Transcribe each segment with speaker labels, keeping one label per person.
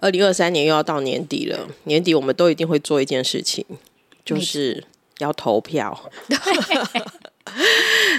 Speaker 1: 二零二三年又要到年底了，年底我们都一定会做一件事情，就是要投票。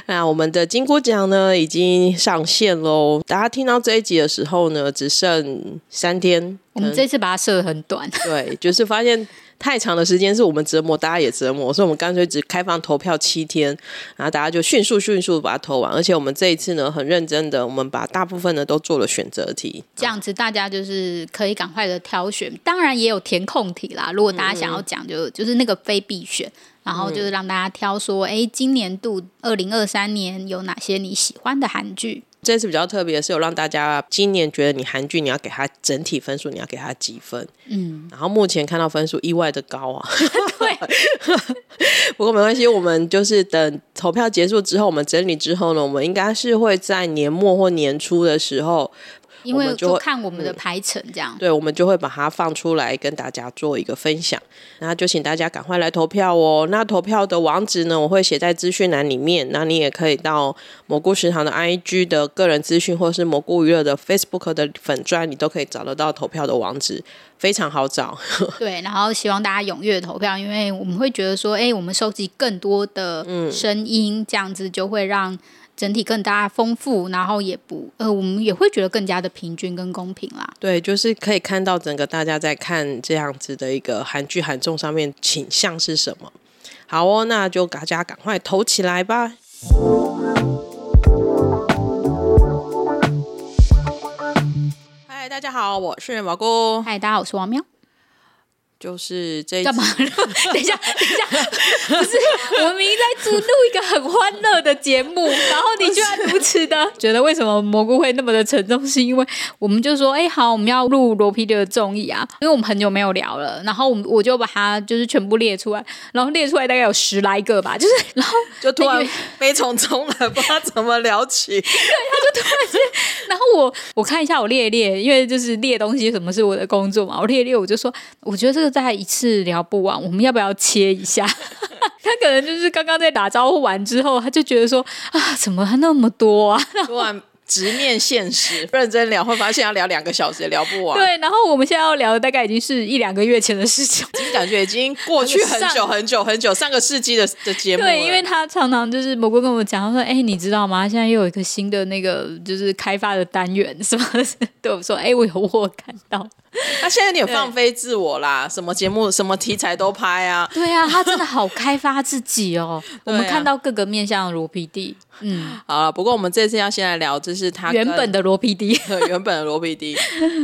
Speaker 1: 那我们的金箍奖呢已经上线喽！大家听到这一集的时候呢，只剩三天。
Speaker 2: 我们这次把它设得很短，
Speaker 1: 对， 就是发现太长的时间是我们折磨，大家也折磨，所以我们干脆只开放投票七天，然后大家就迅速迅速把它投完。而且我们这一次呢，很认真的，我们把大部分呢都做了选择题。
Speaker 2: 这样子大家就是可以赶快的挑选。当然也有填空题啦，如果大家想要讲，
Speaker 1: 嗯
Speaker 2: 就就是那个非必选，然后就是让大家挑说，哎、今年度二零二三年有哪些你喜欢的韩剧？
Speaker 1: 这次比较特别的是，有让大家今年觉得你韩剧你要给它整体分数，你要给它几分？嗯，然后目前看到分数意外的高啊。
Speaker 2: 对，
Speaker 1: 不过没关系，我们就是等投票结束之后，我们整理之后呢，我们应该是会在年末或年初的时候，
Speaker 2: 因
Speaker 1: 我们
Speaker 2: 为
Speaker 1: 就
Speaker 2: 就
Speaker 1: 会嗯
Speaker 2: 看我们的排程这样。
Speaker 1: 对，我们就会把它放出来跟大家做一个分享。那就请大家赶快来投票哦。那投票的网址呢，我会写在资讯栏里面。那你也可以到蘑菇食堂的 IG 的个人资讯，或是蘑菇娱乐的 Facebook 的粉砖，你都可以找得到投票的网址，非常好找。
Speaker 2: 对，然后希望大家踊跃投票，因为我们会觉得说，哎，我们收集更多的
Speaker 1: 嗯
Speaker 2: 声音，这样子就会让整体更大丰富，然后也不呃，我们也会觉得更加的平均跟公平啦。
Speaker 1: 对，就是可以看到整个大家在看这样子的一个韩剧韩综上面倾向是什么。好哦，那就大家赶快投起来吧。嗨，大家好，我是毛菇，
Speaker 2: 嗨，大家好，我是王喵。
Speaker 1: 就是这一集
Speaker 2: 干嘛？ 等一下，等一下，不是，我们明明在录录一个很欢乐的节目，然后你居然如此的 觉得为什么蘑菇会那么的沉重？是因为我们就说，哎、好，我们要录罗 PD 的综艺啊，因为我们很久没有聊了，然后我们我就把它就是全部列出来，然后列出来大概有十来个吧，就是然后
Speaker 1: 就突
Speaker 2: 那
Speaker 1: 然
Speaker 2: 个
Speaker 1: 悲从中来，不知道怎么聊起。
Speaker 2: 然后我我看一下我列一列，因为就是列东西，什么是我的工作嘛，我列一列我就说，我觉得这个大概一次聊不完，我们要不要切一下？ 他可能就是刚刚在打招呼完之后，他就觉得说啊，怎么还那么多啊？
Speaker 1: 突然直面现实，认真聊会发现要聊两个小时也聊不完，
Speaker 2: 对，然后我们现在要聊的大概已经是一两个月前的事 情。
Speaker 1: 已经感觉已经过去很久
Speaker 2: 上
Speaker 1: 很久很久，上个世纪的的节目了。
Speaker 2: 对，因为他常常就是蘑菇跟我讲，他说：“哎、你知道吗？现在又有一个新的那个就是开发的 单元，什么？”对我说：“哎、我有我有看到。”
Speaker 1: 他现在有点放飞自我啦，什么节目、什么题材都拍啊。
Speaker 2: 对啊，他真的好开发自 己哦。我们
Speaker 1: 对啊
Speaker 2: 看到各个面向的罗 PD，
Speaker 1: 好了，不过我们这次要先来聊，就是他跟
Speaker 2: 原本 的罗 PD，
Speaker 1: 原本的罗 PD。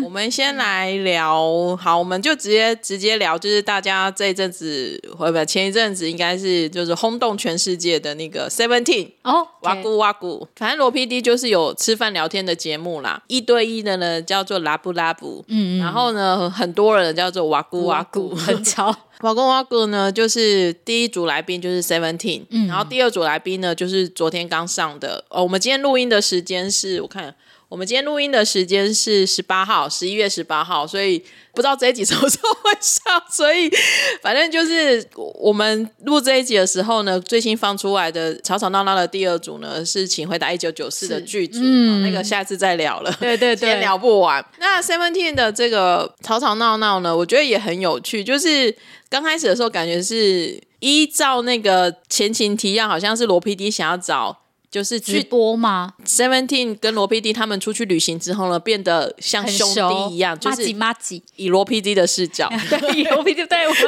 Speaker 1: 我们先来聊，好，我们就直接直接聊，就是大家这一阵子，或者前一阵子应该是就是轰动全世界的那个 Seventeen。
Speaker 2: 哦，
Speaker 1: 哇
Speaker 2: 对
Speaker 1: 咕哇咕，反正罗 PD 就是有吃饭聊天的节目啦，一对一的呢叫做拉布拉布，嗯然后呢很多人叫做哇咕哇
Speaker 2: 哇
Speaker 1: 咕
Speaker 2: 咕，很吵，
Speaker 1: 瓦工瓦古呢，就是第一组来宾就是 Seventeen，、然
Speaker 2: 嗯
Speaker 1: 后第二组来宾呢就是昨天刚上的。哦，我们今天录音的时间是我看，我们今天录音的时间是十八号，十一月十八号，所以不知道这一集什么时候会上，所以反正就是我们录这一集的时候呢，最新放出来的吵吵闹闹的第二组呢是《请回答一九九四》的剧组，嗯、那个下次再聊了。
Speaker 2: 对对
Speaker 1: 今天
Speaker 2: 对，
Speaker 1: 聊不完。那 Seventeen 的这个吵吵闹闹呢，我觉得也很有趣。就是刚开始的时候，感觉是依照那个前情提要，好像是罗 PD 想要找。就是
Speaker 2: 直
Speaker 1: 去
Speaker 2: 播吗？
Speaker 1: Seventeen 跟罗 PD 他们出去旅行之后呢，变得像
Speaker 2: 很
Speaker 1: 兄
Speaker 2: 熟
Speaker 1: 弟一样，就
Speaker 2: 妈吉
Speaker 1: 是
Speaker 2: 妈吉，
Speaker 1: 以罗 PD 的视 角，
Speaker 2: 对，罗 PD 对我们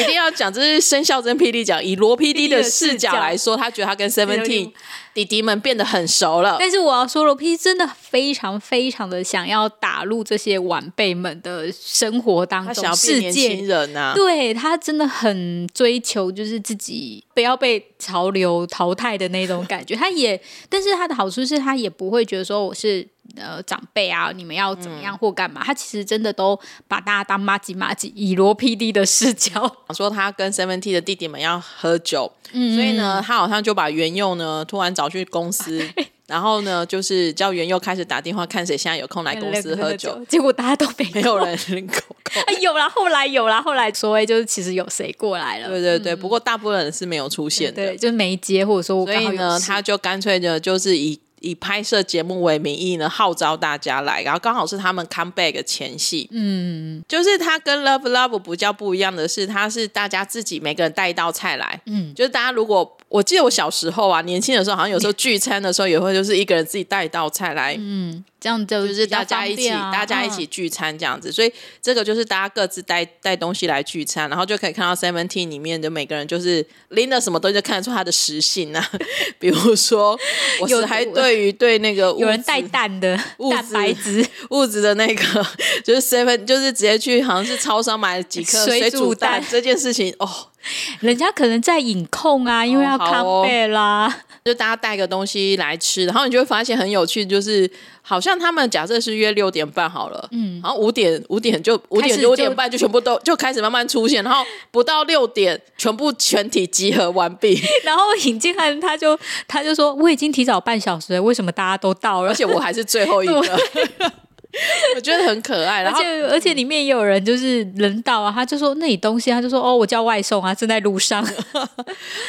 Speaker 1: 一定要讲，这是生肖真霹雳讲，以罗 PD 的
Speaker 2: 的
Speaker 1: 视
Speaker 2: 视
Speaker 1: 角
Speaker 2: 角
Speaker 1: 来说，他觉得他跟 Seventeen 弟弟们变得很熟了。
Speaker 2: 但是我要说，罗 PD 真的非常非常的想要打入这些晚辈们的生活当
Speaker 1: 他
Speaker 2: 中
Speaker 1: 想，要变
Speaker 2: 世
Speaker 1: 年
Speaker 2: 界
Speaker 1: 轻人啊，
Speaker 2: 对他真的很追求，就是自己不要被潮流淘汰的那种感觉。他也，但是他的好处是他也不会觉得说我是呃长辈啊，你们要怎
Speaker 1: 嗯
Speaker 2: 么样或干嘛。他其实真的都把大家当妈吉妈吉，以罗 PD 的视角，
Speaker 1: 想说他跟 Seventeen 的弟弟们要喝酒，所以呢，他好像就把元佑呢突然找去公司，然后呢，就是叫元佑开始打电话看谁现在有 空来公司喝酒，，
Speaker 2: 结果大家都没
Speaker 1: 没有人口口。
Speaker 2: 哎，有啦，后来有啦，后来所谓就是其实有谁过来了，
Speaker 1: 对对对，不过大部分人是没有出现的，
Speaker 2: 对，就是没接，或者说我
Speaker 1: 所
Speaker 2: 刚
Speaker 1: 以
Speaker 2: 好有
Speaker 1: 呢，
Speaker 2: 事
Speaker 1: 他就干脆的就是以以拍摄节目为名义呢，号召大家来，然后刚好是他们 comeback 的前戏。嗯，就是它跟 Love Love 比较不一样的是，它是大家自己每个人带一道菜来。嗯，就是大家如果我记得我小时候啊，年轻的时候，好像有时候聚餐的时候也会就是一个人自己带一道菜来，
Speaker 2: 这样就
Speaker 1: 就
Speaker 2: 就是
Speaker 1: 大家一起、
Speaker 2: 啊
Speaker 1: 大
Speaker 2: 嗯
Speaker 1: 家一起聚餐这样子。所以这个就是大家各自带带东西来聚餐，然后就可以看到 Seventeen 里面的每个人就是拎了什么东西，就看得出他的实性啊。 比如说，我
Speaker 2: 有
Speaker 1: 是还对于对那个
Speaker 2: 有人
Speaker 1: 物质
Speaker 2: 带蛋的
Speaker 1: 物
Speaker 2: 蛋白质，
Speaker 1: 物质的那个， 就是 Seven，就是直接去好像是超商买了几颗
Speaker 2: 水
Speaker 1: 水
Speaker 2: 煮
Speaker 1: 煮蛋
Speaker 2: 蛋
Speaker 1: 这件事情哦。
Speaker 2: 人家可能在饮控啊，因为要
Speaker 1: 哦好哦
Speaker 2: comeback 啦。
Speaker 1: 就大家带个东西来吃，然后你就会发现很有趣，就是好像他们假设是约六点半好了，嗯，然后五点五点就五点
Speaker 2: 就
Speaker 1: 五点半就全部都就开始慢慢出现，然后不到六点全部全体集合完 毕，
Speaker 2: 然后尹静汉他就他就说我已经提早半小时了，为什么大家都到了
Speaker 1: 而？且我还是最后一个， 我觉得很可爱。然
Speaker 2: 而
Speaker 1: 后
Speaker 2: 且而且里面也有人就是人到啊，他就说那你东西，他就说哦我叫外送啊，正在 路上，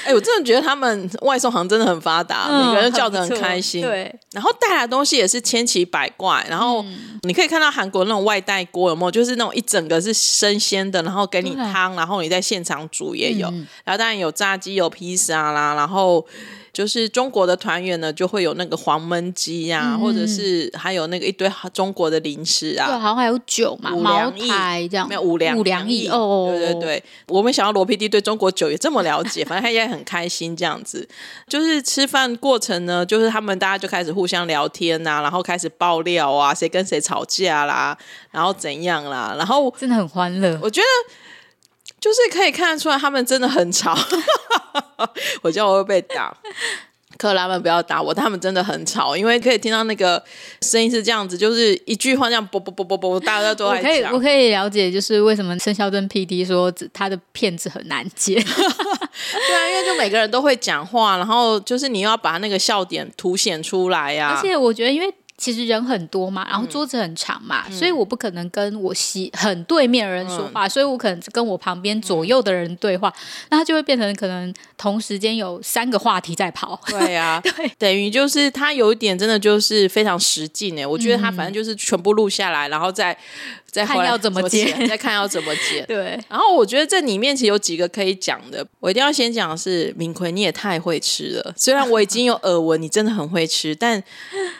Speaker 1: 哎、我真的觉得他们外送行真的很发达，每个人
Speaker 2: 嗯
Speaker 1: 都叫的很
Speaker 2: 不错
Speaker 1: 开心，啊
Speaker 2: 对，
Speaker 1: 然后带来的东西也是千奇百怪，然后你可以看到韩国那种外带锅有没有，就是那种一整个是生鲜的，然后给你
Speaker 2: 对
Speaker 1: 汤，然后你在现场煮也有，然后当然有炸鸡、有披萨啦，然后就是中国的团员呢就会有那个黄焖鸡呀、或者是还有那个一堆中国的零食啊，
Speaker 2: 对，好像还有酒嘛，
Speaker 1: 五
Speaker 2: 茅
Speaker 1: 粮液
Speaker 2: 台这样，
Speaker 1: 没有五粮
Speaker 2: 五粮
Speaker 1: 液
Speaker 2: 液哦，
Speaker 1: 对对对，我没想到罗 PD 对中国酒也这么了 解，反正他也很开心这样子。就是吃饭过程呢，就是他们大家就开始互相聊天啊呐、然后开始爆料啊，谁跟谁吵架啦，然后怎样啦，然后
Speaker 2: 真的很欢乐。
Speaker 1: 我觉得就是可以看得出来，他们真的很吵。 我觉得我会被打。克拉们不要打我，他们真的很吵，因为可以听到那个声音是这样子，就是一句话这样啵啵啵啵啵，大家都
Speaker 2: 我
Speaker 1: 在
Speaker 2: 可以，
Speaker 1: 讲
Speaker 2: 我。可以了解，就是为什么生肖镇 P D 说这他的片子很难接，
Speaker 1: 对啊，因为就每个人都会讲话，然后就是你又要把那个笑点凸显出来啊呀、
Speaker 2: 而且我觉得，因为其实人很多嘛，然
Speaker 1: 嗯
Speaker 2: 后桌子很长嘛，所以我不可能跟我西很对面的人说
Speaker 1: 嗯
Speaker 2: 话，所以我可能跟我旁边左右的人对话，那他就会变成可能同时间有三个话题在跑。
Speaker 1: 对呀、等于就是他有一点真的就是非常实劲哎，我觉得他反正就是全部录下来，然后再再
Speaker 2: 嗯看
Speaker 1: 回来
Speaker 2: 要怎么
Speaker 1: 剪
Speaker 2: 剪
Speaker 1: 再看要怎么剪。
Speaker 2: 对，
Speaker 1: 然后我觉得这里面其实有几个可以讲的，我一定要先讲的是敏奎，你也太会吃了。虽然我已经有耳闻你真的很会吃，但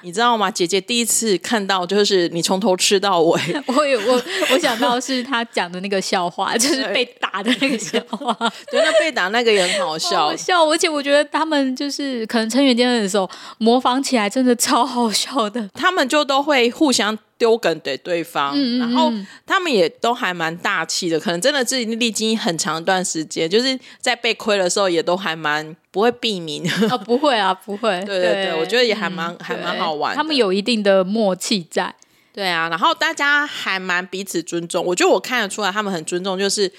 Speaker 1: 你知道吗？姐姐第一次看到就是你从头吃到尾，
Speaker 2: 我有我我想到是他讲的那个笑话，就是被打的那个笑 话，
Speaker 1: 对，那被打那个也很好
Speaker 2: 好
Speaker 1: 笑
Speaker 2: 好。笑。而且我觉得他们就是可能成员间的时候模仿起来真的超好笑的。
Speaker 1: 他们就都会互相丢梗给对方，
Speaker 2: 嗯嗯
Speaker 1: 然后他们也都还蛮大气的，可能真的是历经很长一段时间，就是在被亏的时候也都还蛮不会避免。
Speaker 2: 哦，不会啊，不会。
Speaker 1: 对对对，我嗯觉得也还蛮、还蛮好玩的。
Speaker 2: 他们有一定的默契在。
Speaker 1: 对啊，然后大家还蛮彼此尊重，我觉得我看得出来他们很尊重，就是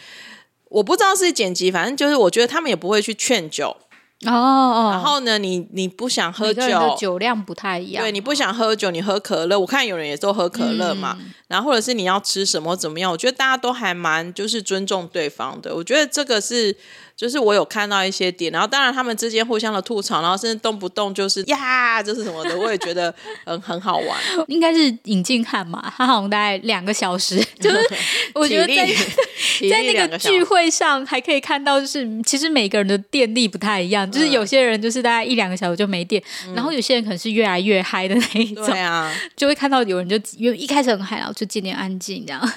Speaker 1: 我不知道是剪辑，反正就是我觉得他们也不会去劝酒。
Speaker 2: 哦哦，
Speaker 1: 然后呢，你你不想喝
Speaker 2: 每
Speaker 1: 酒
Speaker 2: 个，人的酒量不太一样。嗯
Speaker 1: 对，你不想喝酒，你喝可乐。我看有人也都喝可乐嘛，然后或者是你要吃什么怎么样？我觉得大家都还蛮就是尊重对方的。我觉得这个是就是我有看到一些点，然后当然他们之间互相的吐槽，然后甚至动不动就是呀，就是什么的，我也觉得很 很好玩。啊
Speaker 2: 应该是引进汉嘛，他好像大概两个 小时，就是我觉得
Speaker 1: 体
Speaker 2: 在
Speaker 1: 力体力
Speaker 2: 在那
Speaker 1: 两
Speaker 2: 个
Speaker 1: 小
Speaker 2: 聚
Speaker 1: 时
Speaker 2: 会上还可以看到，就是其实每个人的电力不太一
Speaker 1: 嗯
Speaker 2: 样，就是有些人就是大概一两个小时就没电，然后有些人可能是越来越嗨的那一种，
Speaker 1: 对啊，
Speaker 2: 就会看到有人就因为一开始很嗨，然后就渐渐安静这样。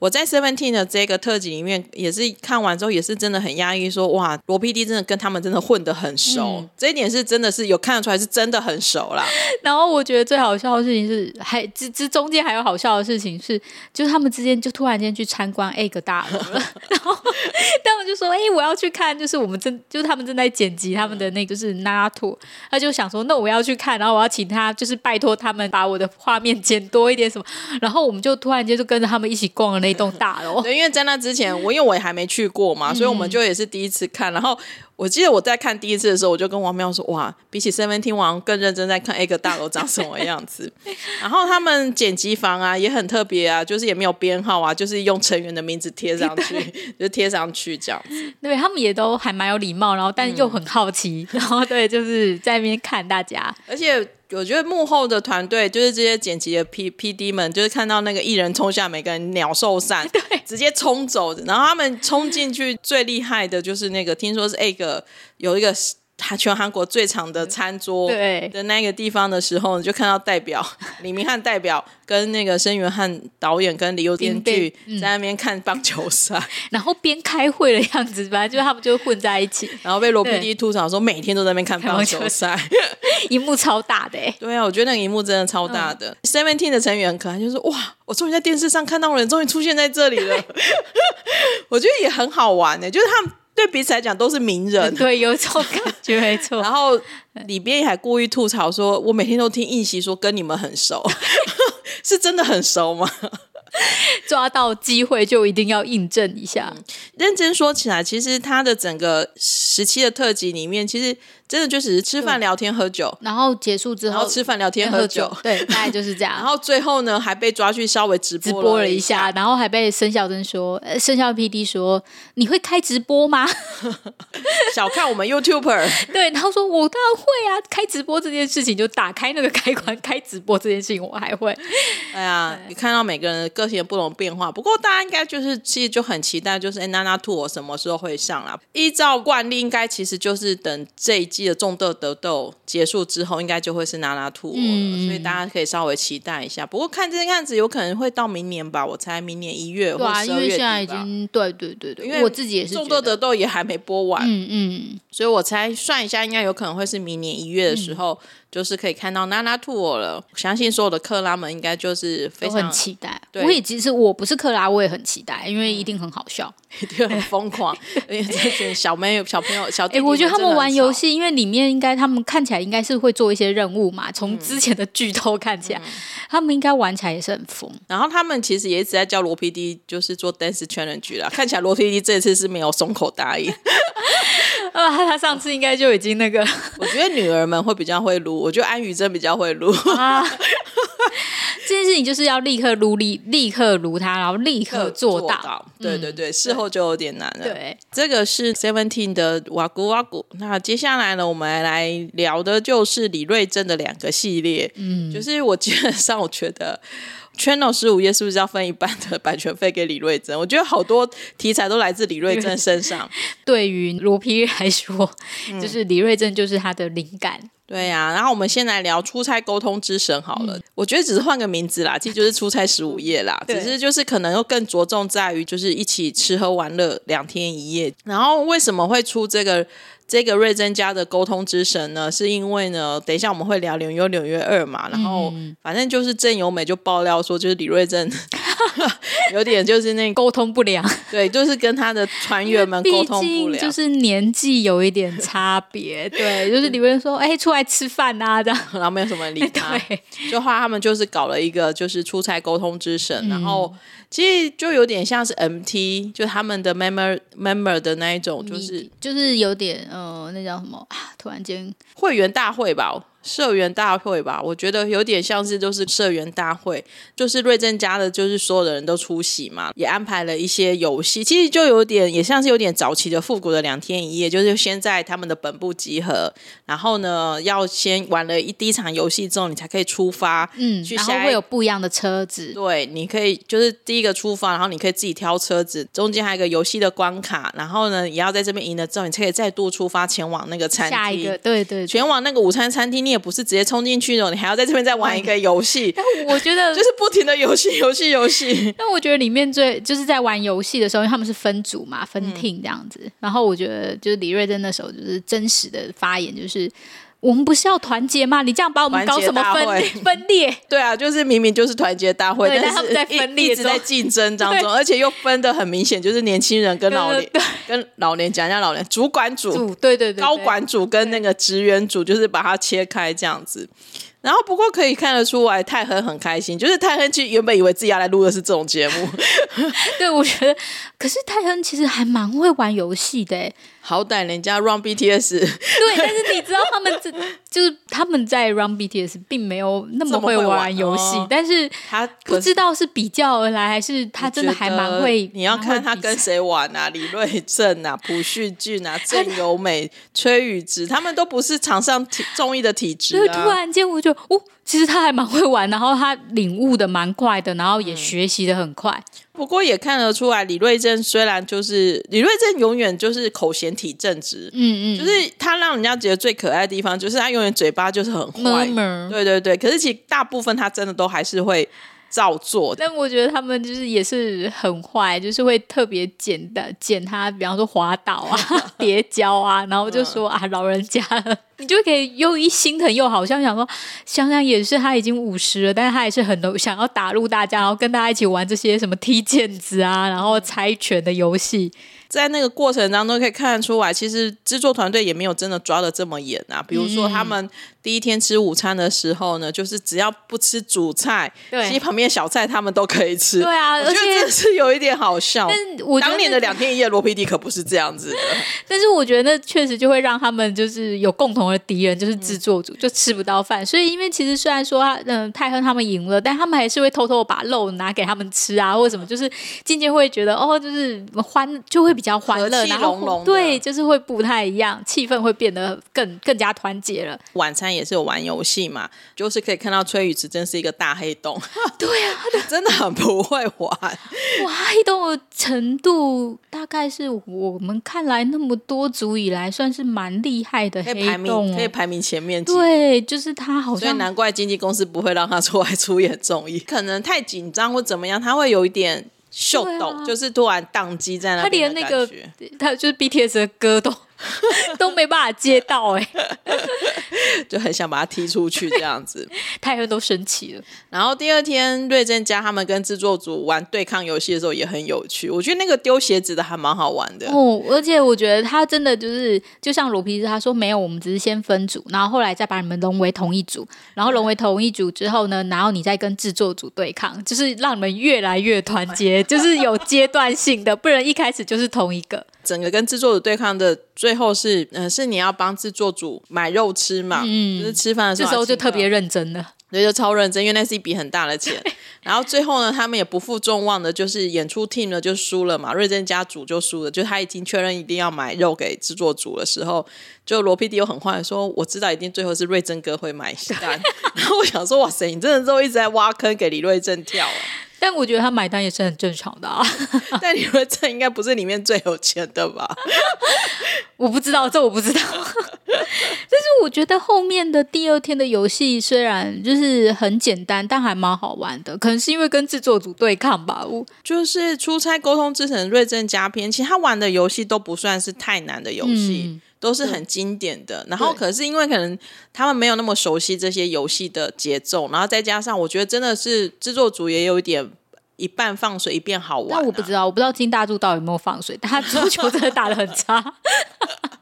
Speaker 1: 我在 Seventeen 的这个特辑里面，也是看完之后也是真的很压抑，说哇，罗 PD 真的跟他们真的混得很熟，
Speaker 2: 嗯
Speaker 1: 这一点是真的是有看得出来是真的很熟啦。
Speaker 2: 然后我觉得最好笑的事情是，还这这中间还有好笑的事情是，就是他们之间就突然间去参观 egg 大楼了， 然后他们就说：“哎、我要去看，就是我们正就是他们正在剪辑他们的那个就是拉图。”他就想说：“那我要去看，然后我要请他就是拜托他们把我的画面剪多一点什么。”然后我们就突然间就跟着他们一起逛了那栋大楼。
Speaker 1: 对，因为在那之前，我因为我也还没去过嘛，所以我们就也是第一次看。然后我记得我在看第一次的时候，我就跟王妙说：“哇，比起 Seventeen 王更认真在看 A 个大楼长什么样子。”然后他们剪辑房啊也很特别啊，就是也没有编号啊，就是用成员的名字贴上去，就贴上去这样子。
Speaker 2: 对他们也都还蛮有礼貌，然后但又很好奇，然后对，就是在那边看大家。
Speaker 1: 而且我觉得幕后的团队，就是这些剪辑的 P P D 们，就是看到那个艺人冲下，每个人鸟兽 散，对，直接冲走。然后他们冲进去最厉害的就是那个，听说是 A 个有一个他全韩国最长的餐桌
Speaker 2: 对
Speaker 1: 的那个地方的时候，你就看到代 表李明翰代表跟那个申元汉导演跟李幼编剧在那边看棒球赛，
Speaker 2: 然后边开会的样子，反正就是他们就混在一 起，
Speaker 1: 然后被罗 P
Speaker 2: 对
Speaker 1: D 吐槽说每天都在那边看
Speaker 2: 棒
Speaker 1: 棒
Speaker 2: 球
Speaker 1: 球赛。
Speaker 2: 荧幕超大的、欸，
Speaker 1: 对啊，我觉得那个荧幕真的超大
Speaker 2: 嗯
Speaker 1: 的。Seventeen 的成员很可爱，就是哇，我终于在电视上看到人，终于出现在这里了。 我觉得也很好玩呢、就是他们对彼此来讲都是名人。
Speaker 2: 嗯对，有一种感觉，没错。
Speaker 1: 然后里边还故意吐槽说，我每天都听应熙说跟你们很熟， 是真的很熟 吗？
Speaker 2: 抓到机会就一定要印证一下，
Speaker 1: 认真说起来，其实他的整个时期的特辑里面，其实真的就只是吃
Speaker 2: 嗯
Speaker 1: 饭、聊天、喝酒，
Speaker 2: 然后结束之
Speaker 1: 然
Speaker 2: 后
Speaker 1: 后吃饭、聊天、喝
Speaker 2: 喝
Speaker 1: 酒，
Speaker 2: 对，大概就是这样。
Speaker 1: 然后最后呢还被抓去稍微直
Speaker 2: 直
Speaker 1: 播
Speaker 2: 播了
Speaker 1: 一
Speaker 2: 一下，然后还被申孝真说，呃，申孝 P D 说你会开直播吗？
Speaker 1: 小看我们 YouTuber。
Speaker 2: 对，然后说我当然会啊，开直播这件事情就打开那个开关，开直播这件事情我还会。
Speaker 1: 哎呀，你看到每个人的个性的不同变化，不过大家应该就是其实就很期待，就是哎娜娜兔我什么时候会上啦？依照惯例，应该其实就是等这一季的众豆得豆结束之后，应该就会是娜娜兔我了，
Speaker 2: 嗯
Speaker 1: 所以大家可以稍微期待一下。不过看这个样子，有可能会到明年吧，我猜明年一月
Speaker 2: 对
Speaker 1: 或
Speaker 2: 啊，
Speaker 1: 十
Speaker 2: 因
Speaker 1: 二
Speaker 2: 为
Speaker 1: 月
Speaker 2: 现
Speaker 1: 底吧
Speaker 2: 在已经对对对对，
Speaker 1: 因为
Speaker 2: 我自己也是
Speaker 1: 众
Speaker 2: 觉
Speaker 1: 多
Speaker 2: 得，
Speaker 1: 得豆也还没播完，
Speaker 2: 嗯嗯，
Speaker 1: 所以我猜算一下，应该有可能会是明年一月的时
Speaker 2: 嗯
Speaker 1: 候，就是可以看到娜娜兔我了。相信所有的克拉们应该就是非
Speaker 2: 都
Speaker 1: 常
Speaker 2: 很期待。
Speaker 1: 对
Speaker 2: 我也其实我不是克拉，我也很期待，因为一定很好笑。
Speaker 1: 一定很疯 狂，因为这群小妹、小朋友、小弟弟
Speaker 2: 哎、我觉得他
Speaker 1: 真的
Speaker 2: 们
Speaker 1: 很
Speaker 2: 玩游
Speaker 1: 吵，
Speaker 2: 戏，因为里面应该他们看起来应该是会做一些任务嘛。从之前的剧透看起来，他们应该玩起来也是很疯。
Speaker 1: 然后他们其实也一直在教罗 PD，就是做 dance challenge 啦。看起来罗 PD 这次是没有松口答 应。
Speaker 2: 啊，他上次应该就已经那个
Speaker 1: 我觉得女儿们会比较会撸，我觉得安宇真比较会撸。
Speaker 2: 啊，这件事情就是要立刻撸立立刻撸他，然后立 刻做到。嗯
Speaker 1: 对对对，事后就有点难了。
Speaker 2: 对，
Speaker 1: 这个是 Seventeen 的瓦古瓦古。那接下来呢，我们来聊的就是李瑞镇的两个系列。嗯，就是我基本上我觉得 Channel 十五页是不是要分一半的版权费给李瑞镇？我觉得好多题材都来自李瑞镇身上。
Speaker 2: 对于罗皮来说，就是李瑞镇就是他的灵感。
Speaker 1: 对呀、然后我们先来聊出差沟通之神好了。我觉得只是换个名字啦，其实就是出差十五夜啦，
Speaker 2: 嗯 对
Speaker 1: 只是就是可能又更着重在于就是一起吃喝玩乐两天一夜。然后为什么会出这个这个瑞珍家的沟通之神呢？是因为呢，等一下我们会聊纽约纽约二嘛，然后
Speaker 2: 嗯
Speaker 1: 反正就是郑由美就爆料说，就是李瑞 珍有点就是那个
Speaker 2: 沟通不良，
Speaker 1: 对，就是跟他的船员们沟通
Speaker 2: 毕
Speaker 1: 不
Speaker 2: 竟
Speaker 1: 了，
Speaker 2: 就是年纪有一点差 别，对，就是李瑞珍说，哎、出来吃饭啊，这样，
Speaker 1: 然后没有什么人理他。
Speaker 2: 哎对，
Speaker 1: 就话他们就是搞了一个就是出差沟通之神，然后其实就有点像是 MT，就他们的 member member 的那一种，就是
Speaker 2: 你就是有点呃，那叫什么啊？突然间，
Speaker 1: 会员大会吧。社员大会吧，我觉得有点像是就是社员大会，就是瑞正家的，就是所有的人都出席嘛，也安排了一些游戏，其实就有点也像是有点早期的复古的两天一夜，就是先在他们的本部集合，然后呢要先玩了一第一场游戏之后，你才可以出发，
Speaker 2: 嗯，
Speaker 1: 去
Speaker 2: 然后
Speaker 1: 下一
Speaker 2: 会有不一样的车子，
Speaker 1: 对，你可以就是第一个出发，然后你可以自己挑车子，中间还有一个游戏的关卡，然后呢，也要在这边赢了之后，你才可以再度出发前往那个餐厅。
Speaker 2: 下一个，对对对。
Speaker 1: 前往那个午餐餐厅，你也不是直接冲进去的，哦你还要在这边再玩一个游戏， 就
Speaker 2: 哎但我觉得，
Speaker 1: 是不停的游戏、游戏、游戏。
Speaker 2: 但我觉得里面最就是在玩游戏的时候，因为他们是分组嘛，分
Speaker 1: 嗯
Speaker 2: team 这样子。然后我觉得，就是李瑞珍那时候就是真实的发言，就是我们不是要团结吗？你这样把我们搞什么分
Speaker 1: 团结
Speaker 2: 裂
Speaker 1: 大会
Speaker 2: 分裂？
Speaker 1: 对啊，就是明明就是团结大会，
Speaker 2: 对但
Speaker 1: 但
Speaker 2: 他
Speaker 1: 是
Speaker 2: 们在
Speaker 1: 一
Speaker 2: 分
Speaker 1: 一
Speaker 2: 裂
Speaker 1: 直
Speaker 2: 中
Speaker 1: 在竞争当中，而且又分的很明显，就是年轻人跟老年
Speaker 2: 对
Speaker 1: 跟老年讲一下老年主管组
Speaker 2: 组对对对，对
Speaker 1: 高管组跟那个职员组，就是把它切开这样子。然后不过可以看得出来，泰亨很开心，就是泰亨其实原本以为自己要来录的是这种节 目，
Speaker 2: 对，我觉得，可是泰亨其实还蛮会玩游戏的欸，
Speaker 1: 好歹人家 Run BTS
Speaker 2: 对。但是你知道他们这就是他们在 Run BTS 并没有那么
Speaker 1: 这么会
Speaker 2: 会玩
Speaker 1: 玩
Speaker 2: 游戏，
Speaker 1: 哦
Speaker 2: 但是
Speaker 1: 他
Speaker 2: 不
Speaker 1: 可是
Speaker 2: 知道是比较而来，还是他真的还蛮会
Speaker 1: 觉。得你要看他跟谁玩啊，李瑞镇啊、朴叙俊啊、郑有美、崔宇植，他们都不是场上体综艺的体质、
Speaker 2: 因为
Speaker 1: 啊。
Speaker 2: 突然间，我就觉得哦，其实他还蛮会玩，然后他领悟的蛮快的，然后
Speaker 1: 嗯
Speaker 2: 也学习的很快。
Speaker 1: 不过也看得出来，李瑞镇虽然就是李瑞镇永远就是口嫌体正直，
Speaker 2: 嗯嗯，
Speaker 1: 就是他让人家觉得最可爱的地方，就是他永远嘴巴就是很坏。
Speaker 2: 嗯 murmur
Speaker 1: 对对对，可是其实大部分他真的都还是会照做的。
Speaker 2: 但我觉得他们就是也是很坏，就是会特别捡的捡他，比方说滑倒 啊、跌跤啊，然后
Speaker 1: 嗯
Speaker 2: 就说、啊老人家了， 你就可以又一心疼又好像想说，想想也是他已经五十了，但是他也是很想要打入大家，然后跟大家一起玩这些什么踢毽子啊，然后猜拳的游戏。
Speaker 1: 在那个过程当中可以看得出来，其实制作团队也没有真的抓的这么严啊。比如说他
Speaker 2: 嗯
Speaker 1: 们第一天吃午餐的时候呢，就是只要不吃主菜，
Speaker 2: 对
Speaker 1: 其实旁边小菜他们都可以吃。
Speaker 2: 对啊，
Speaker 1: 我觉
Speaker 2: 而
Speaker 1: 得
Speaker 2: 且
Speaker 1: 这是有一点好笑。
Speaker 2: 我觉得
Speaker 1: 当年的两天一夜罗 PD 可不是这样子的，
Speaker 2: 但是我觉得那确实就会让他们就是有共同的敌人，就是制作组、就吃不到饭。所以因为其实虽然说他嗯、泰亨他们赢了，但他们还是会偷偷把肉拿给他们吃啊，或者什么，就是渐渐会觉得哦，就是欢就会比较欢乐，
Speaker 1: 和气
Speaker 2: 然后
Speaker 1: 融融的
Speaker 2: 对，就是会不太一样，气氛会变得更更加团结了。
Speaker 1: 晚餐也是有玩游戏嘛，就是可以看到崔宇植真是一个大黑 洞。对 啊，真的很不会玩。
Speaker 2: 哇，黑洞的程度大概是我们看来那么多组以来算是蛮厉害的
Speaker 1: 可
Speaker 2: 黑
Speaker 1: 以排名，
Speaker 2: 洞哦、
Speaker 1: 可以排名前面几名。
Speaker 2: 对，就是他好
Speaker 1: 所以
Speaker 2: 像
Speaker 1: 难怪经纪公司不会让他出来出演综艺， 可能太紧张或怎么样，他会有一点秀
Speaker 2: 对
Speaker 1: 抖，
Speaker 2: 啊
Speaker 1: 就是突然宕机在
Speaker 2: 他
Speaker 1: 那
Speaker 2: 连
Speaker 1: 边的
Speaker 2: 那
Speaker 1: 感
Speaker 2: 个
Speaker 1: 觉。
Speaker 2: 他就是 BTS 的歌都 都没办法接到哎、
Speaker 1: 就很想把他踢出去这样子。
Speaker 2: 泰亨都生气了。
Speaker 1: 然后第二天，瑞正家他们跟制作组玩对抗游戏的时候也很有趣，我觉得那个丢鞋子的还蛮好玩的。
Speaker 2: 哦，而且我觉得他真的就是，就像罗皮斯他说没有，我们只是先分组，然后后来再把你们融为同一组，然后融为同一组之后呢，然后你再跟制作组对抗，就是让你们越来越团结，就是有阶段性的，不然一开始就是同一 个。
Speaker 1: 整个跟制作组对抗的最后是，嗯、是你要帮制作组买肉吃嘛，就是吃饭的时
Speaker 2: 嗯这
Speaker 1: 候
Speaker 2: 时候
Speaker 1: 要
Speaker 2: 就
Speaker 1: 请
Speaker 2: 特
Speaker 1: 客
Speaker 2: 别认真了。
Speaker 1: 所以就超认真，因为那是一笔很大的钱。然后最后呢，他们也不负众望的，就是演出 team 呢就输了嘛，瑞珍家主就输了，就他已经确认一定要买肉给制作组的时候，就罗 PD 又很坏地说，我知道一定最后是瑞珍哥会买单。 然后我想说，哇塞，你真的都一直在挖坑给李瑞珍跳 啊！
Speaker 2: 但我觉得他买单也是很正常的啊，
Speaker 1: 但李瑞珍应该不是里面最有钱的吧？
Speaker 2: 我不知道，这我不知 道。但是我觉得后面的第二天的游戏虽然就是很简单，但还蛮好玩的。可能是因为跟制作组对抗吧。 我
Speaker 1: 就是出差沟通之神瑞正加篇，其实他玩的游戏都不算是太难的游戏，
Speaker 2: 嗯
Speaker 1: 都是很经典的。然后
Speaker 2: 对
Speaker 1: 可是因为可能他们没有那么熟悉这些游戏的节奏，然后再加上我觉得真的是制作组也有一点一半放水一半好玩、啊。
Speaker 2: 但我不知道，我不知道金大柱到底有没有放水，但他 足球真的打得很差。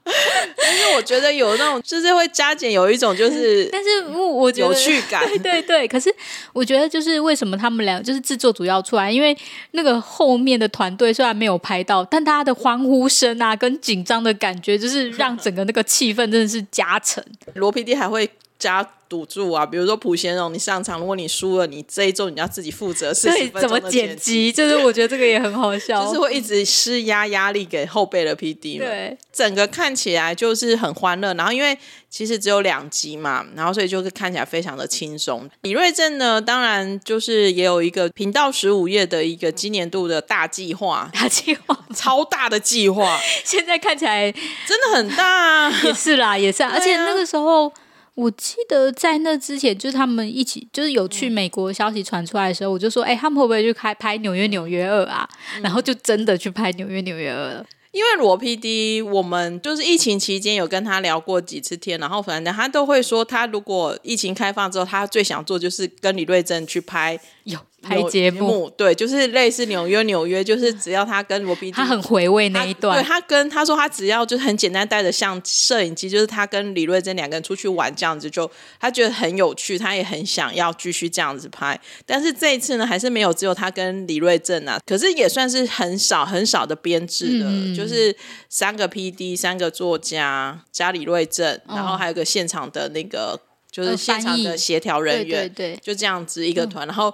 Speaker 1: 但是我觉得有那种就是会加减有一种就是
Speaker 2: 但是我我 觉得
Speaker 1: 有趣感。
Speaker 2: 对对对，可是我觉得就是为什么他们俩就是制作组要出来，因为那个后面的团队虽然没有拍到，但大家的欢呼声啊，跟紧张的感觉，就是让整个那个气氛真的是加成。
Speaker 1: 罗 PD 还会加赌注啊，比如说普贤荣，你上场，如果你输了，你这一周你要自己负责四
Speaker 2: 对
Speaker 1: 十，分
Speaker 2: 怎
Speaker 1: 钟
Speaker 2: 么
Speaker 1: 的
Speaker 2: 剪
Speaker 1: 辑。
Speaker 2: 辑？就是我觉得这个也很好笑，
Speaker 1: 就是会一直施压压力给后辈的 PD 嘛。
Speaker 2: 对，
Speaker 1: 整个看起来就是很欢乐，然后因为其实只有两集嘛，然后所以就是看起来非常的轻松。李瑞镇呢，当然就是也有一个频道十五页的一个今年度的大计划，
Speaker 2: 打气话。
Speaker 1: 超大的计划，
Speaker 2: 现在看起来
Speaker 1: 真的很大、啊。
Speaker 2: 也是啦，也 是、啊，而且
Speaker 1: 对啊
Speaker 2: 那个时候。我记得在那之前，就是他们一起，就是有
Speaker 1: 嗯
Speaker 2: 去美国消息传出来的时候，我就说，哎、他们会不会去开拍《纽约纽约二》啊？
Speaker 1: 嗯
Speaker 2: 然后就真的去拍《纽约纽约二》了。
Speaker 1: 因为罗 PD，我们就是疫情期间有跟他聊过几次天，然后反正他都会说，他如果疫情开放之后，他最想做就是跟李瑞镇去拍
Speaker 2: 有拍节目，
Speaker 1: 目，对，就是类似纽约，纽约就是只要他跟罗宾，
Speaker 2: 他很回味那一段
Speaker 1: 对。他跟他说他只要就是很简单带着像摄影机，就是他跟李瑞珍两个人出去玩这样子就，他觉得很有趣，他也很想要继续这样子拍。但是这一次呢，还是没有只有他跟李瑞珍啊，可是也算是很少很少的编制的，
Speaker 2: 嗯
Speaker 1: 就是三个 P D、三个作家加李瑞珍，然后还有个现场的那个。就是
Speaker 2: 哦呃
Speaker 1: 现
Speaker 2: 翻
Speaker 1: 场
Speaker 2: 译
Speaker 1: 的协调人
Speaker 2: 对
Speaker 1: 员，
Speaker 2: 对对，
Speaker 1: 就这样子一个团，然后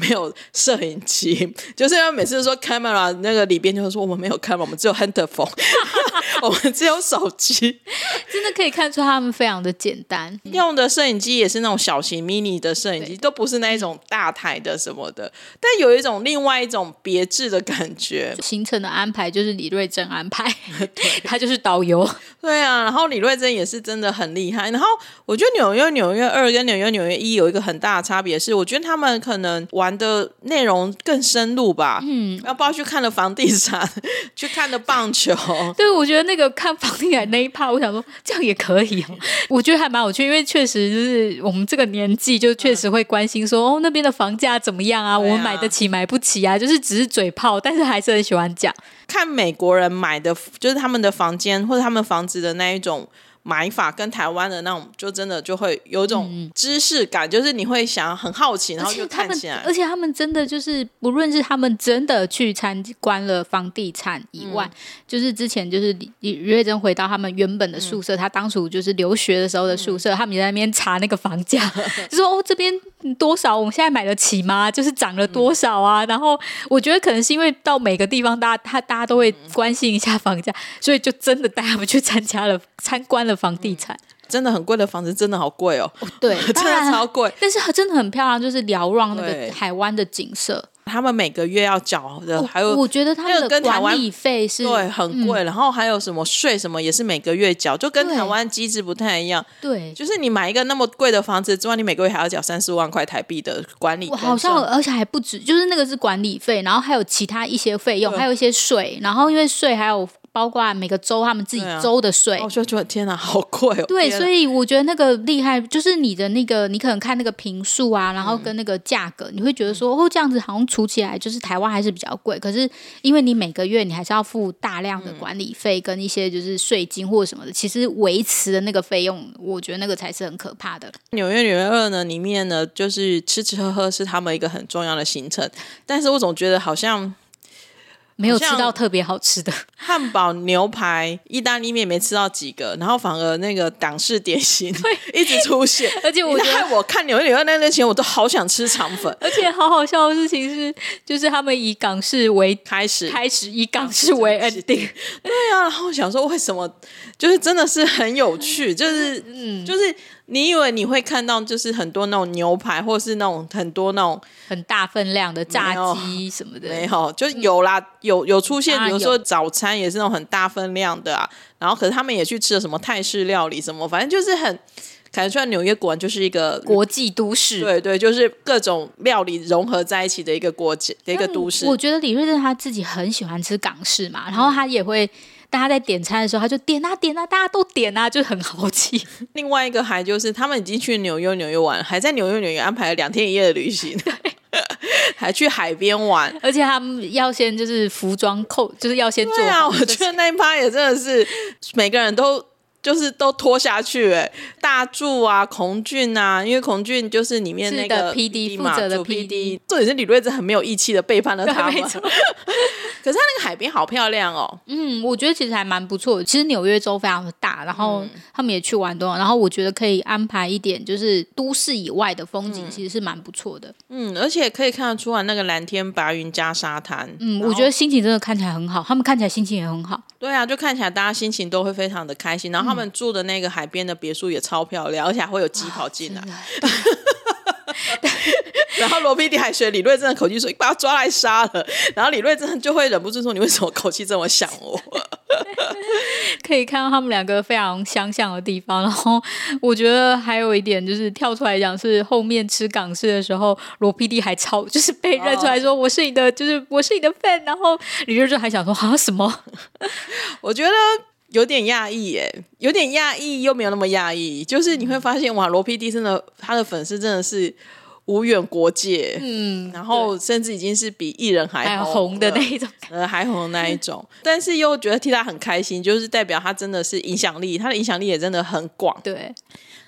Speaker 1: 没有摄影机，就是因为每次说 camera 那个里边就是说我们没有 camera，我们只有 handphone，我们只有手机。
Speaker 2: 真的可以看出他们非常的简单。
Speaker 1: 用的摄影机也是那种小型 mini 的摄影机，
Speaker 2: 对
Speaker 1: 都不是那一种大台的什么的，但有一种另外一种别致的感觉。
Speaker 2: 行程的安排就是李瑞珍安 排，他就是导游。
Speaker 1: 对啊，然后李瑞珍也是真的很厉害。然后我觉得纽约纽约二跟纽约纽约一有一个很大的差别是，我觉得他们可能玩的内容更深入吧。嗯，要不要去看了房地产， 去看了棒球？
Speaker 2: 对，我觉得那个看房地产那一趴，我想说这样也可以哦， 我觉得还蛮有趣，因为确实就是我们这个年纪，就确实会关心说、哦那边的房价怎么样啊，我
Speaker 1: 对啊
Speaker 2: 们买得起买不起啊，就是只是嘴炮，但是还是很喜欢讲。
Speaker 1: 看美国人买的，就是他们的房间或者他们房子的那一种买法，跟台湾的那种，就真的就会有一种知识感，就是你会想很好奇，然
Speaker 2: 嗯而
Speaker 1: 后
Speaker 2: 且
Speaker 1: 就
Speaker 2: 他
Speaker 1: 看
Speaker 2: 们
Speaker 1: 起来，
Speaker 2: 而且他们真的就是，不论是他们真的去参观了房地产以外，
Speaker 1: 嗯
Speaker 2: 就是之前就是李李瑞珍回到他们原本的
Speaker 1: 嗯
Speaker 2: 宿舍，他当初就是留学的时候的宿舍，他们也在那边查那个房价， 就说哦这边多少，我们现在买得起吗？就是涨了多少
Speaker 1: 嗯
Speaker 2: 啊？然后我觉得可能是因为到每个地方，大家他大家都会
Speaker 1: 嗯
Speaker 2: 关心一下房价，所以就真的带他们去参加了参观了房地产。
Speaker 1: 真的很贵的房子，真的好贵哦，，
Speaker 2: 对
Speaker 1: 嗯 真
Speaker 2: 当然
Speaker 1: 的超贵。
Speaker 2: 但是真的很漂亮，就是瞭望那
Speaker 1: 对
Speaker 2: 个海湾的景色。
Speaker 1: 他们每个月要缴的，
Speaker 2: 哦
Speaker 1: 还有
Speaker 2: 我觉得他
Speaker 1: 还有
Speaker 2: 们的
Speaker 1: 跟台湾
Speaker 2: 管理费是
Speaker 1: 对，很贵。然后还有什么税什么也是每个月缴，就跟
Speaker 2: 嗯对
Speaker 1: 台湾机制不太一样。
Speaker 2: 对，
Speaker 1: 就是你买一个那么贵的房子之外，你每个月还要缴三四万块台币的管理
Speaker 2: 我
Speaker 1: 跟税。
Speaker 2: 好像有而且还不止，就是那个是管理费，然后还有其他一些费用，
Speaker 1: 对
Speaker 2: 还有一些税，然后因为税还有包括每个州他们自己
Speaker 1: 对啊
Speaker 2: 州的税。
Speaker 1: 哦我就觉得天哪，好贵哦！
Speaker 2: 对，
Speaker 1: 天哪
Speaker 2: 所以我觉得那个厉害，就是你的那个，你可能看那个平数啊，然后
Speaker 1: 嗯
Speaker 2: 跟那个价格，你会觉得说，哦，这样子好像除起来，就是台湾还是比较贵。可是因为你每个月你还是要付大量
Speaker 1: 嗯
Speaker 2: 的管理费跟一些就是税金或者什么的，其实维持的那个费用，我觉得那个才是很可怕的。
Speaker 1: 纽约纽约二呢，里面呢就是吃吃喝喝是他们一个很重要的行程，但是我总觉得好像
Speaker 2: 没有吃
Speaker 1: 好像
Speaker 2: 到特别好吃的，
Speaker 1: 汉堡、牛排、意大利面没吃到几个，然后反而那个港式点 心一直出现。
Speaker 2: 而且 我觉得
Speaker 1: 害我看纽约纽约那段前，我都好想吃肠粉。
Speaker 2: 而且好好笑的事情是，就是他们以港式为
Speaker 1: 开始
Speaker 2: 开始，以港式为 ending，
Speaker 1: 对啊，然后想说为什么，就是真的是很有趣，就是嗯，就是你以为你会看到就是很多那种牛排，或是那种很多那种
Speaker 2: 很大分量的炸
Speaker 1: 没有
Speaker 2: 鸡什么的，
Speaker 1: 没有，就有啦，有嗯啊有出现，
Speaker 2: 当
Speaker 1: 比
Speaker 2: 然
Speaker 1: 如说早餐也是那种很大分量的啊，然后可是他们也去吃了什么泰式料理什么，反正就是很感觉出来纽约果然就是一个
Speaker 2: 国际都市。
Speaker 1: 对对，就是各种料理融合在一起的一个国家的一个都市
Speaker 2: 我。觉得李瑞珍他自己很喜欢吃港式嘛，然后他也会，大家在点餐的时候，他就点啊点啊，大家都点啊，就很豪气。
Speaker 1: 另外一个还就是他们已经去纽约纽约玩，还在纽约纽约安排了两天一夜的旅 行， 还去海边玩。
Speaker 2: 而且他们要先就是服装扣，就是要先做
Speaker 1: 对啊，
Speaker 2: 好
Speaker 1: 我
Speaker 2: 这
Speaker 1: 觉得那一趴也真的是每个人都就是都拖下去、欸，大柱啊，孔俊啊，因为孔俊就是里面那
Speaker 2: 是的
Speaker 1: 个
Speaker 2: PD
Speaker 1: 嘛
Speaker 2: 负责的
Speaker 1: 主
Speaker 2: PD
Speaker 1: 重点是李瑞珍很没有义气的背叛了他
Speaker 2: 对，
Speaker 1: 们。
Speaker 2: 没
Speaker 1: 可是
Speaker 2: 错。
Speaker 1: 他那个海边好漂亮哦，
Speaker 2: 嗯，我觉得其实还蛮不错的。其实纽约州非常的大，然后他们也去玩多了，然后我觉得可以安排一点就是都市以外的风景，其实是蛮不错的。
Speaker 1: 嗯，而且可以看得出来那个蓝天白云加沙滩，
Speaker 2: 嗯，
Speaker 1: 然后
Speaker 2: 我觉得心情真的看起来很好，他们看起来心情也很 好。
Speaker 1: 对啊，就看起来大家心情都会非常的开心。然
Speaker 2: 嗯
Speaker 1: 后他们住的那个海边的别墅也超漂亮，而且还会有鸡跑进来。 然后罗 PD 还学李瑞珍的口气说：“你把他抓来杀了。”然后李瑞珍就会忍不住说：“你为什么口气这么哦像我
Speaker 2: 可以看到他们两个非常相像的地方。然后我觉得还有一点就是跳出来讲是后面吃港式的时候，罗 PD 还超就是被认出来说我是你的，就是我是你的 fan。然后李瑞正还想说啊什么？？”
Speaker 1: 我觉得。有点讶异耶，有点
Speaker 2: 嗯
Speaker 1: 讶异又没有那么讶异，就是你会发现哇，罗 PD 真的他的粉丝真的是无远国界，
Speaker 2: 嗯，
Speaker 1: 然后甚至已经是比艺人还
Speaker 2: 还有
Speaker 1: 红
Speaker 2: 哎红的
Speaker 1: 了
Speaker 2: 那一种，
Speaker 1: 呃，还红那一种，但是又觉得替他很开心，就是代表他真的是影响力，他的影响力也真的很广。
Speaker 2: 对，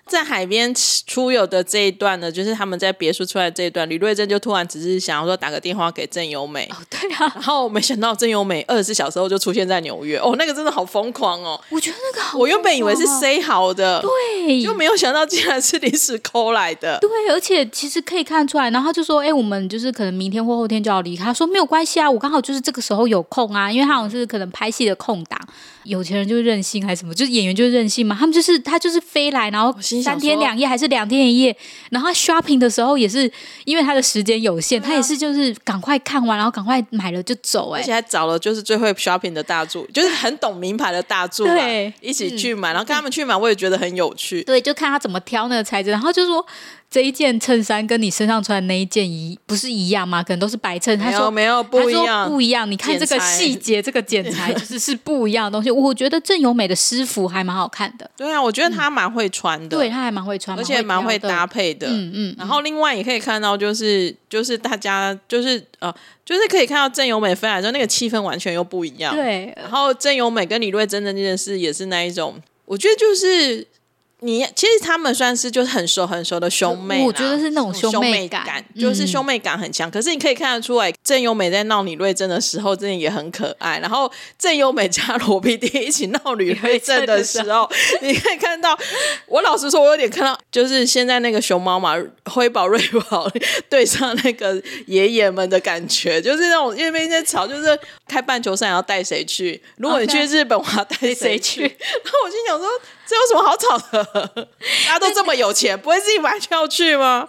Speaker 1: 在海边出游的这一段呢，就是他们在别墅出来这一段，李瑞珍就突然只是想要说打个电话给郑优美，
Speaker 2: 哦，对啊，
Speaker 1: 然后没想到郑优美二十四小时后就出现在纽约，哦，那个真的好疯狂哦！
Speaker 2: 我觉得那个好，啊哦
Speaker 1: 我原本以为是，塞好的，
Speaker 2: 对，
Speaker 1: 就没有想到竟然是临时抠来的。
Speaker 2: 对，而且其实可以看出来，然后他就说：“哎、我们就是可能明天或后天就要离开。”他说：“没有关系啊，我刚好就是这个时候有空啊，因为他好像是可能拍戏的空档，有钱人就是任性还是什么，就是演员就是任性嘛。他们就是他就是飞来，然后
Speaker 1: 心想
Speaker 2: 三天
Speaker 1: 说
Speaker 2: 两夜还是两天一夜，然后他 shopping 的时候也是因为他的时间有限，他也是就是赶快看完，然后赶快买了就走、
Speaker 1: 啊而
Speaker 2: 哎，
Speaker 1: 且还找了就是最会 shopping 的大助，就是很懂名牌的大助啦
Speaker 2: 对，嗯
Speaker 1: 一起去买，然后跟他们去买，我也觉得很有趣。
Speaker 2: 对，就看他怎么挑那个材质，然后就说这一件衬衫跟你身上穿的那一件一不是一样吗？可能都是白衬。他
Speaker 1: 没
Speaker 2: 说
Speaker 1: 有没有
Speaker 2: 他
Speaker 1: 不一
Speaker 2: 说
Speaker 1: 样，
Speaker 2: 不一样。你看这个
Speaker 1: 剪裁
Speaker 2: 细节，这个剪 裁就是是不一样的东西。我觉得郑有美的师傅还蛮好看的，
Speaker 1: 对啊，我觉得他蛮会穿的，
Speaker 2: 对，她还蛮会穿，
Speaker 1: 而且蛮会
Speaker 2: 挑
Speaker 1: 搭
Speaker 2: 的。
Speaker 1: 配的。
Speaker 2: 嗯嗯，
Speaker 1: 然后另外也可以看到，就是就是大家就是呃，就是可以看到郑有美飞来之后，那个气氛完全又不一样。
Speaker 2: 对，
Speaker 1: 然后郑有美跟李瑞珍的那件事也是那一种，我觉得就是你其实他们算是就是很熟很熟的兄妹啦，
Speaker 2: 我觉得是那种
Speaker 1: 兄
Speaker 2: 兄妹
Speaker 1: 妹
Speaker 2: 感
Speaker 1: 就是
Speaker 2: 嗯
Speaker 1: 兄妹感很强。可是你可以看得出来，郑有美在闹李瑞珍的时候，真的也很可爱。然后郑有美加罗 PD 一起闹李瑞珍的时 候，你可以看到，我老实说，我有点看到，就是现在那个熊猫嘛，辉宝瑞宝对上那个爷爷们的感觉，就是那种因为那吵，就是开半球赛要带谁去？如果你去
Speaker 2: 哦对
Speaker 1: 日本，我要带谁
Speaker 2: 谁
Speaker 1: 去？
Speaker 2: 去
Speaker 1: 然后我心想说，这有什么好吵的？大家都这么有钱，不会自己买票去吗？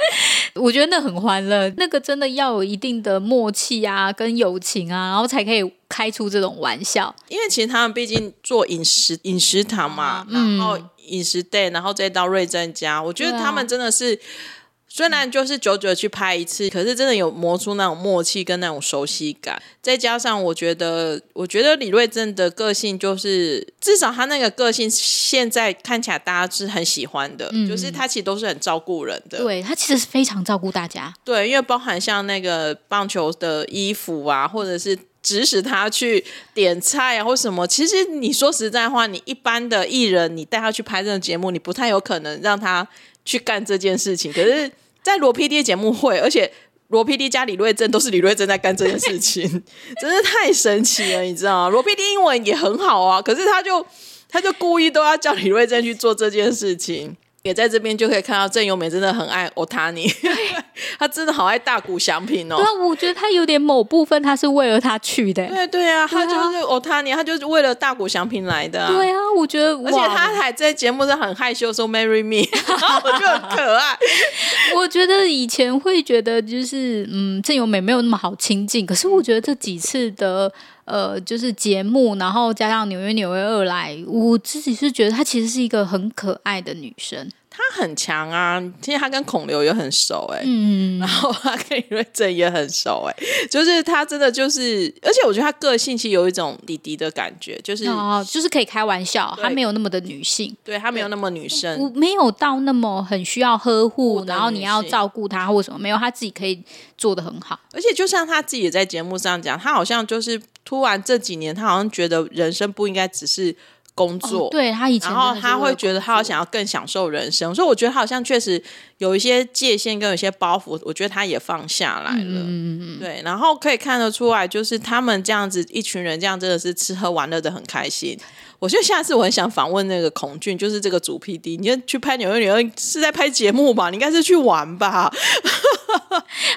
Speaker 2: 我觉得那很欢乐，那个真的要有一定的默契啊，跟友情啊，然后才可以开出这种玩笑。
Speaker 1: 因为其实他们毕竟做饮食饮食堂嘛，然后饮食 day，然后再到瑞珍家，我觉得
Speaker 2: 嗯对啊
Speaker 1: 他们真的是。虽然就是久久去拍一次，可是真的有磨出那种默契跟那种熟悉感，再加上我觉得，我觉得李瑞珍的个性就是，至少他那个个性现在看起来大家是很喜欢的，
Speaker 2: 嗯
Speaker 1: 就是他其实都是很照顾人的，
Speaker 2: 对，她其实是非常照顾大家。
Speaker 1: 对，因为包含像那个棒球的衣服啊，或者是指使他去点菜啊，或什么。其实你说实在话，你一般的艺人，你带他去拍这种节目，你不太有可能让他去干这件事情。可是，在罗 PD 的节目会，而且罗 PD 加李瑞珍都是李瑞珍在干这件事情， 真是太神奇了，你知道吗？罗 PD 英文也很好啊，可是他就他就故意都要叫李瑞珍去做这件事情。也在这边就可以看到郑有美真的很爱欧塔 尼，她真的好爱大谷翔平哦
Speaker 2: 对。啊，我觉得她有点某部分她是为了他去的、
Speaker 1: 对对啊，她
Speaker 2: 对啊
Speaker 1: 就是欧塔尼，她就是为了大谷翔平来的、啊。
Speaker 2: 对啊，我觉得，
Speaker 1: 而且
Speaker 2: 哇
Speaker 1: 她还在节目上很害羞说 “marry me”，然后我就很可爱。
Speaker 2: 我觉得以前会觉得就是嗯，郑有美没有那么好亲近，可是我觉得这几次的呃，就是节目，然后加上纽约纽约二来，我自己是觉得她其实是一个很可爱的女生。
Speaker 1: 她很强啊，其实她跟孔刘也很熟哎、
Speaker 2: 嗯，
Speaker 1: 然后她跟李瑞珍也很熟哎、 就是她真的就是，而且我觉得她个性其实有一种弟弟的感觉，就是、
Speaker 2: 哦，就是可以开玩笑，
Speaker 1: 对
Speaker 2: 她没有那么的女性，
Speaker 1: 对她没有那么女生，
Speaker 2: 我没有到那么很需要呵护，
Speaker 1: 的
Speaker 2: 然后
Speaker 1: 女
Speaker 2: 你要
Speaker 1: 性
Speaker 2: 照顾她或什么，没有，她自己可以做的很好。
Speaker 1: 而且就像他自己也在节目上讲，他好像就是突然这几年，他好像觉得人生不应该只是工作。
Speaker 2: 哦、对她以前
Speaker 1: 然
Speaker 2: 真的是为了，
Speaker 1: 后他会觉得他好想要更享受人生，所以我觉得他好像确实有一些界限跟有一些包袱，我觉得他也放下来了。
Speaker 2: 嗯嗯嗯，
Speaker 1: 对，然后可以看得出来，就是他们这样子一群人这样真的是吃喝玩乐的很开心。我觉得下次我很想访问那个孔俊，就是这个主 P D，你就去拍纽约纽约是在拍节目吧？你应该是去玩吧？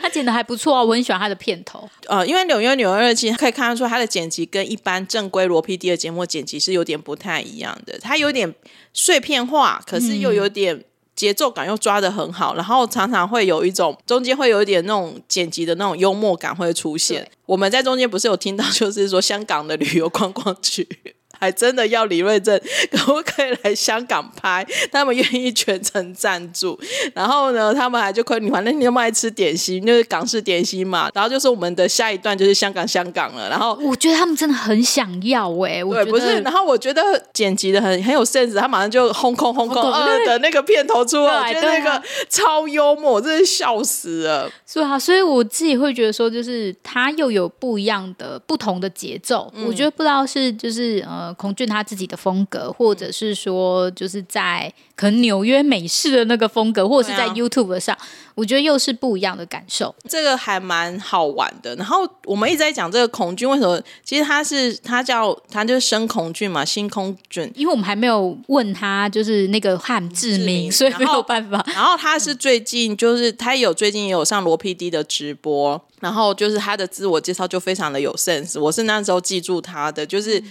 Speaker 2: 她剪的还不错哦，我很喜欢她的片头。
Speaker 1: 呃，因为纽约纽约二期可以看得出它的剪辑跟一般正规罗 PD 的节目剪辑是有点不太一样的，它有点碎片化，可是又有点节奏感又抓得很好，然后常常会有一种中间会有一点那种剪辑的那种幽默感会出现
Speaker 2: 对。
Speaker 1: 我们在中间不是有听到，就是说香港的旅游观光区。 还真的要李瑞镇可不可以来香港拍？他们愿意全程赞助。然后呢，他们还就亏你，反正你那么爱吃点心，就是港式点心嘛。然后就是我们的下一段就是香港，香港了。然后
Speaker 2: 我觉得他们真的很想要哎、我
Speaker 1: 对，
Speaker 2: 觉
Speaker 1: 不是，
Speaker 2: 得
Speaker 1: 然后我觉得剪辑的很很有 sense，他马上就轰空轰空
Speaker 2: 轰空
Speaker 1: 二
Speaker 2: 对
Speaker 1: 的那个片头出来，我
Speaker 2: 对
Speaker 1: 觉得那
Speaker 2: 对啊
Speaker 1: 个超幽默，我真是笑死了。
Speaker 2: 是啊，所以我自己会觉得说，就是他又有不一样的、不同的节奏。
Speaker 1: 嗯
Speaker 2: 我觉得不知道是就是呃，孔俊他自己的风格，或
Speaker 1: 嗯
Speaker 2: 者是说就是在可能纽约美式的那个风格，或者是在
Speaker 1: 对啊
Speaker 2: YouTube 上，我觉得又是不一样的感受。
Speaker 1: 这个还蛮好玩的。然后我们一直在讲这个孔菌为什么，其实他是他叫他就是生孔菌嘛，新孔菌。
Speaker 2: 因为我们还没有问他就是那个汉志
Speaker 1: 志
Speaker 2: 明，
Speaker 1: 明
Speaker 2: 所以
Speaker 1: 嗯然
Speaker 2: 没
Speaker 1: 后
Speaker 2: 有办法。
Speaker 1: 然后他是最近就是他也有最近也有上罗 PD 的直播，然后就是他的自我介绍就非常的有 sense，我是那时候记住他的，就是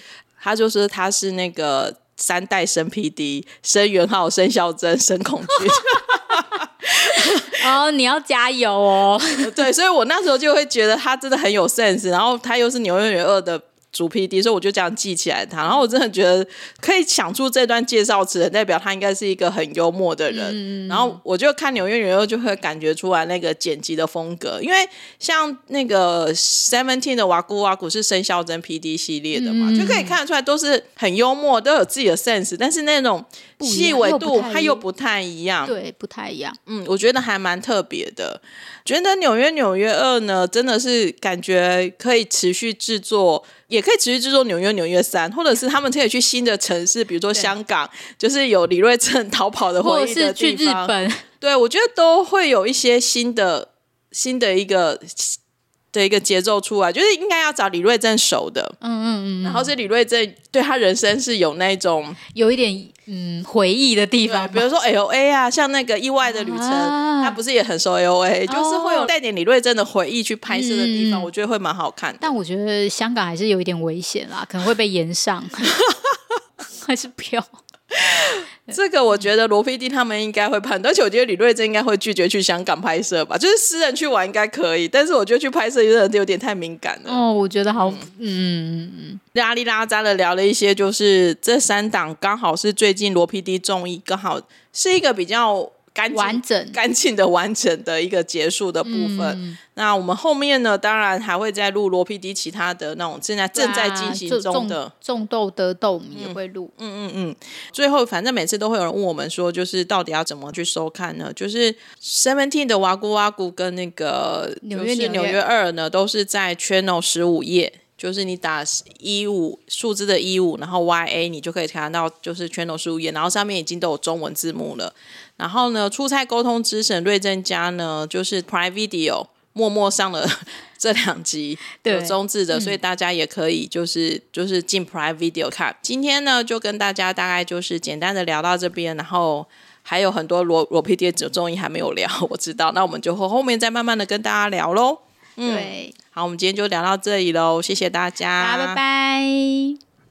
Speaker 1: 他就是他是那个三代生 PD，生元昊、生孝真、生孔俊。
Speaker 2: 哦，你要加 油哦！
Speaker 1: 对，所以我那时候就会觉得他真的很有 sense，然后他又是纽约女二的主 PD，所以我就这样记起来他。然后我真的觉得可以想出这段介绍词，代表他应该是一个很幽默的
Speaker 2: 嗯
Speaker 1: 人。然后我就看纽约女二就会感觉出来那个剪辑的风格，因为像那个 Seventeen 的瓦古瓦古是生肖真 PD 系列的
Speaker 2: 嗯
Speaker 1: 嘛，就可以看得出来都是很幽默，都有自己的 sense，但是那种
Speaker 2: 一样
Speaker 1: 细微
Speaker 2: 又不
Speaker 1: 度
Speaker 2: 太
Speaker 1: 它
Speaker 2: 一
Speaker 1: 又
Speaker 2: 样
Speaker 1: 不太一样。
Speaker 2: 对，不太一样。
Speaker 1: 嗯，我觉得还蛮特别的。觉得《纽约纽约二》呢，真的是感觉可以持续制作，也可以持续制作《纽约纽约三》，或者是他们可以去新的城市，比如说香港，就是有李瑞镇 逃跑的
Speaker 2: 或
Speaker 1: 回
Speaker 2: 者
Speaker 1: 忆
Speaker 2: 是
Speaker 1: 的
Speaker 2: 去
Speaker 1: 地
Speaker 2: 日
Speaker 1: 方。
Speaker 2: 本， 嗯
Speaker 1: 对，我觉得都会有一些新的新的一个的一个节奏出来，就是应该要找李瑞镇熟的，
Speaker 2: 嗯嗯嗯，
Speaker 1: 然后是李瑞镇对他人生是有那种。
Speaker 2: 有一点嗯回忆的地方吧，
Speaker 1: 比如说 L A 啊，像那个意外的旅程，
Speaker 2: 啊
Speaker 1: 他不是也很熟 L A，、
Speaker 2: 哦
Speaker 1: 就是会有带点李瑞珍的回忆去拍摄的地方，
Speaker 2: 嗯
Speaker 1: 我觉得会蛮好看的。
Speaker 2: 但我觉得香港还是有一点危险啦，可能会被延上，还是票。
Speaker 1: 这个我觉得罗 PD 他们应该会判断，而且我觉得李瑞珍应该会拒绝去香港拍摄吧，就是私人去玩应该可以，但是我觉得去拍摄有点有点太敏感了。
Speaker 2: 哦，我觉得好，嗯，
Speaker 1: 拉里拉扎的聊了一些，就是这三档刚好是最近罗 PD 综艺刚好是一个比较干净
Speaker 2: 完整啊
Speaker 1: 干净的、完整的一个结束的部分。
Speaker 2: 嗯
Speaker 1: 那我们后面呢，当然还会再录罗 PD 其他的那种正在正在进行中的。
Speaker 2: 啊种豆得豆，我们也会录。
Speaker 1: 嗯嗯嗯，最后反正每次都会有人问我们说，就是到底要怎么去收看呢？就是 Seventeen 的哇咕哇咕跟那个
Speaker 2: 纽约
Speaker 1: 就是
Speaker 2: 纽
Speaker 1: 纽
Speaker 2: 约
Speaker 1: 约二呢，都是在 Channel 十五页，就是你打一五数字的一五，然后 Y A 你就可以看到就是 Channel 十五页，然后上面已经都有中文字幕了。然后呢，出差沟通之神瑞正家呢，就是 Prime Video 默默上了 这两集
Speaker 2: 对
Speaker 1: 有中字的，所以大家也可以就是就是进 Prime Video 看。今天呢，就跟大家大概就是简单的聊到这边，然后。还有很多罗罗 PD 的综艺还没有聊， 我知道，那我们就后后面再慢慢的跟大家聊喽。
Speaker 2: 对，
Speaker 1: 嗯好，我们今天就聊到这里喽，谢谢大家，
Speaker 2: 大家拜拜。